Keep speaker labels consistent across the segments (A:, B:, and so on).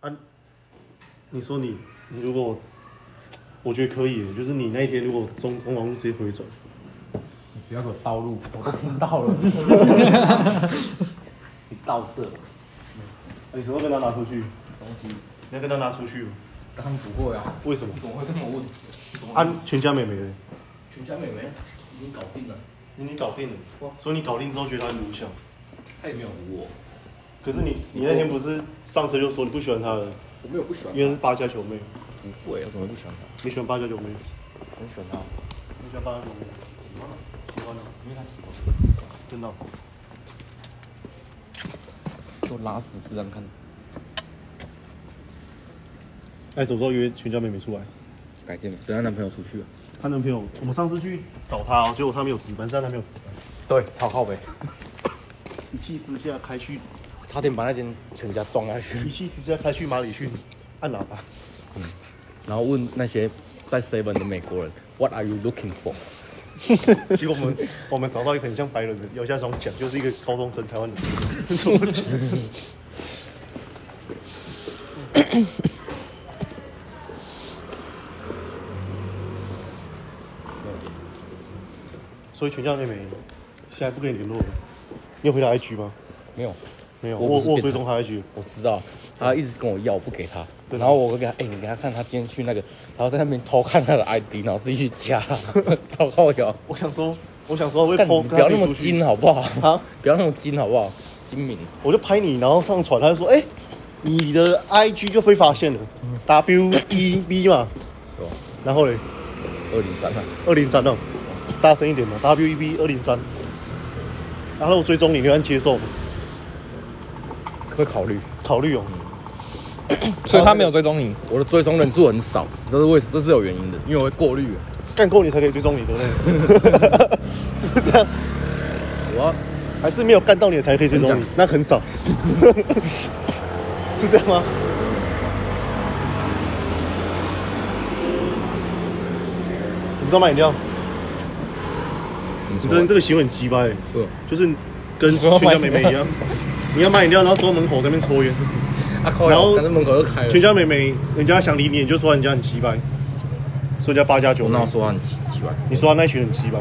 A: 啊，你说你你如果，我觉得可以，就是你那一天如果中从网路直接回转，
B: 你不要给我道路，我都听到了。你盗色
A: 你什么跟他拿出去？
B: 东西，
A: 你要跟他拿出去吗？
B: 当然不会啊，
A: 为什么？
B: 怎么会这么问？怎么
A: 啊，全家妹妹呢？
B: 全家妹妹已经搞定了，
A: 你你搞定了
B: 哇，
A: 所以你搞定之后觉得他很无效。
B: 他也没有唬我，
A: 可是你你那天不是上车就说你不喜欢他了，
B: 我没有不喜欢
A: 因为是八家九妹，
B: 他，不会，我怎么会不喜欢他？
A: 你喜欢八家九妹？
B: 很喜欢他，
A: 你喜欢八家九妹？喜欢啊，
B: 因为他
A: 真的哦。
B: 就拉屎是这样看，
A: 哎，什么时候约全家妹妹出来？
B: 改天吧，等她男朋友出去了。
A: 她男朋友，我们上次去找她哦，结果她没有值班，是她男朋友值班。
B: 对，超靠北，
A: 一气之下开去，
B: 差点把那间全家撞下去。
A: 一气之下开去马里逊，按喇叭。
B: 然后问那些在 seven 的美国人，What are you looking for？
A: 结果我们我们找到一个很像白人的，摇下双桨，就是一个高中生，台湾人。所以全家妹妹现在不跟你联络了。你有回答 IG 吗？
B: 没有，
A: 没有，
B: 我
A: 我
B: 不是
A: 我有追
B: 变
A: 踪她 IG。
B: 我知道，他一直跟我要，我不给他。
A: 对
B: 然后我给他，哎、你给他看，他今天去那个，然后在那边偷看他的 ID，然后自己去加， 超靠摇。
A: 我想说，我想说我会
B: 但
A: po
B: 你
A: 跟
B: 不
A: 她
B: 要
A: 自
B: 那
A: 己
B: 么
A: 出去
B: 精好不好？
A: 啊！
B: 不要那么精好不好？精明，
A: 我就拍你，然后上传，他就说：“哎、你的 IG 就被发现了、w E B 嘛。
B: 对吧？”
A: 然后嘞，
B: 二零三啊，
A: 二零三哦，大声一点嘛，W E B 二零三。然后我追踪你，你会按接受吗？
B: 会考虑。
A: 考虑哦。
C: 所以他没有追踪你，
B: 我的追踪人数很少，这是为这是有原因的，因为我会过滤，
A: 干够你才可以追踪你的嘞，是不是这样？
B: 我要
A: 还是没有干到你才可以追踪
B: 很
A: 你
B: 讲？
A: 那很少， 是这样吗？你不知道买饮料，
B: 你呃
A: 你真的这个行为很鸡巴哎。
B: 对，
A: 就是跟
C: 你说
A: 全家妹
C: 买饮
A: 妹一样，你要嗯买饮料，然后走到门口在那边抽烟。
B: 啊靠
A: 然
B: 然
A: 后
B: 后但是门口就开了。
A: 全家妹妹，人家想理你，你就说人家很鸡掰，说人家八加九
B: 我。那我说话很奇奇怪，
A: 你说他那一群很鸡掰，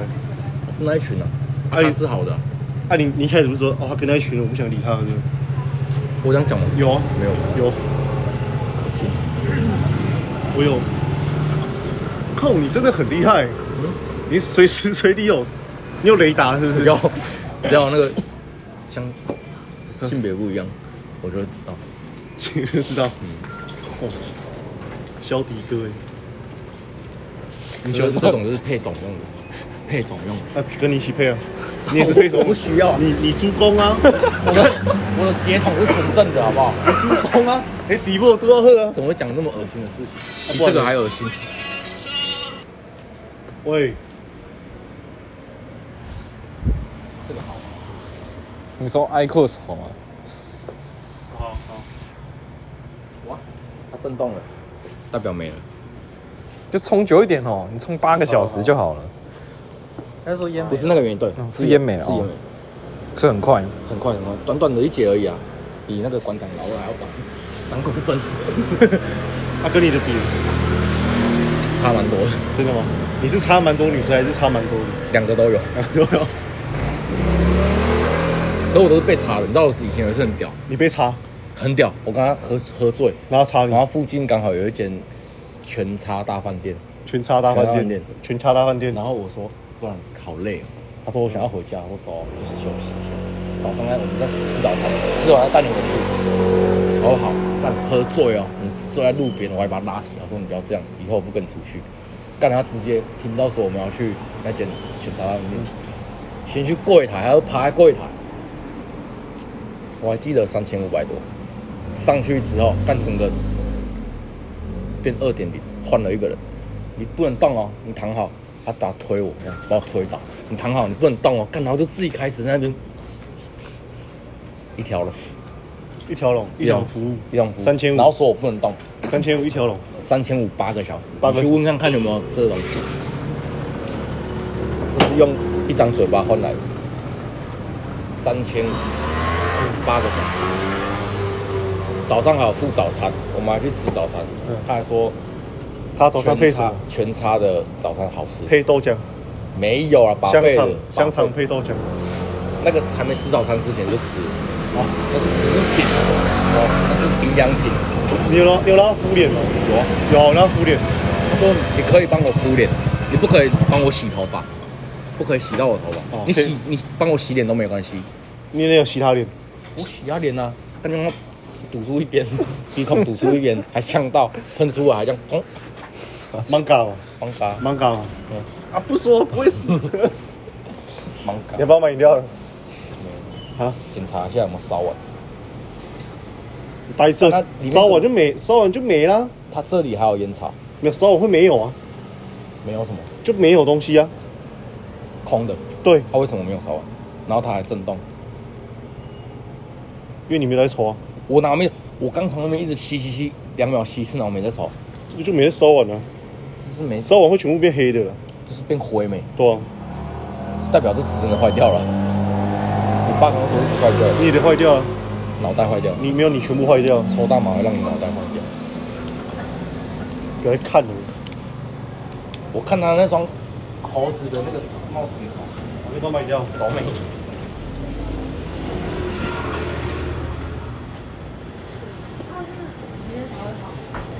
B: 是那一群啊，
A: 哎
B: 他是好的啊、
A: 啊你你一开始不是说哦他跟那一群人我不想理他的，
B: 我这样讲吗？
A: 有啊
B: 没有，
A: 有，我有，靠你真的很厉害，你随时随地有，你有雷达是不是？
B: 要只要那个像性别不一样，我就会知道。
A: 请就 知道，哦，肖迪哥哎，
B: 你就是这种就是配种用的，配种用的。
A: 啊跟你一起 配啊，你也是配什
B: 我
A: 么
B: 不？需要啊，
A: 你你助攻啊，
B: 我的我的血统是纯正的，好不好？
A: 你助攻啊， 哎迪波多赫啊，
B: 怎么会讲那么恶心的事情？比
A: 不然
B: 这
A: 呢
B: 个还恶心。
A: 喂，
B: 这个好，
C: 你说 iQOS 好吗？
A: 好好。
B: 哇，它震动了，代表没了。
C: 就充久一点哦，你充八个小时就好了，
D: 他说烟
B: 不是那个原因，对，
C: 嗯是烟没了
B: 是烟没
C: 哦，所以很快。
B: 很快很快，短短的一节而已啊，比那个馆长老二还要 短，三公分，
A: 他、跟你的比，
B: 差蛮多的，
A: 真的吗？你是差蛮多女生，还是差蛮多的？
B: 两个都有。
A: 两个都有。
B: 可我都是被查的，你知道我以前有一次很屌，
A: 你被插，
B: 很屌，我跟他喝喝醉，
A: 然后插你
B: 然，后附近刚好有一间全叉大饭店，
A: 全插大
B: 全插
A: 饭
B: 饭
A: 店
B: 店，
A: 全插大饭店。
B: 然后我说不然好累、哦，他说我想要回家，我走，我去休息一下。早上来我们再去吃早餐，吃完再带你回去。哦好，但喝醉哦，你坐在路边，我还把他拉起来，我说你不要这样，以后我不跟你出去。但他直接听到说我们要去那间全茶饭店，先去柜台，还要趴在柜台。我还记得三千五百多，上去之后，干整个变二点零，换了一个人，你不能动哦，你躺好。他打推我，这样把我推倒，你躺好，你不能动哦，干，然后就自己开始在那边一条龙，
A: 一条龙，一条龙服务，
B: 一条龙服务
A: 三千五
B: 然后说我不能动，
A: 三千五一条龙。
B: 三千五八个小时，
A: 八
B: 你
A: 个小时
B: 去问看看有没有这种，这是用一张嘴巴换来的，三千五八个小时，早上还有付早餐，我们还去吃早餐。
A: 嗯
B: 他还说
A: 他早上配什么？
B: 全叉全叉的早餐好吃，
A: 配豆浆，
B: 没有啊，把
A: 香
B: 费
A: 肠
B: 的
A: 香肠
B: 把费
A: 配豆浆。
B: 那个还没吃早餐之前就吃，哦，那是补品，哦，那是营养品，
A: 你有让你有让他敷脸吗？
B: 有啊。
A: 有啊，我让他敷脸。
B: 他说你可以帮我敷脸，你不可以帮我洗头发，不可以洗到我头发。
A: 哦
B: 你
A: 可
B: 洗
A: 以
B: 你帮我洗脸都没关系，
A: 你也有其他脸？
B: 我洗他脸啊，但刚刚堵住一边，鼻孔堵住一边，还呛到喷出来，还这样咚，
A: 芒嘎吗？
B: 盲嘎
A: 芒嘎 吗？啊，不说不会 死。你
B: 盲嘎
A: 要，帮我买饮料了？
B: 检查一下有没有烧完。
A: 白色
B: 那里面
A: 烧啊完就没，烧完就没啦。
B: 他这里还有烟草，
A: 没有烧完会没有啊，
B: 没有什么
A: 就没有东西啊。
B: 空的，
A: 对，因
B: 他为什么没有烧完？然后他还震动，
A: 为你没来抽啊，
B: 我哪没我刚从那边一直吸吸吸，两秒吸一次，然后没在抽，
A: 这个就没烧完啊，
B: 就是没，
A: 烧完会全部变黑的了，
B: 就是变灰没，
A: 对啊，
B: 代表这纸真的坏掉了。你爸刚刚说是坏掉了。
A: 你也得坏掉啊，
B: 脑袋坏掉，
A: 你没有你全部坏掉，啊
B: 抽大麻会让你脑袋坏掉。
A: 不要再看了。
B: 我看他那双猴子的那个帽子，
A: 我去帮我买饮料。
B: 走美，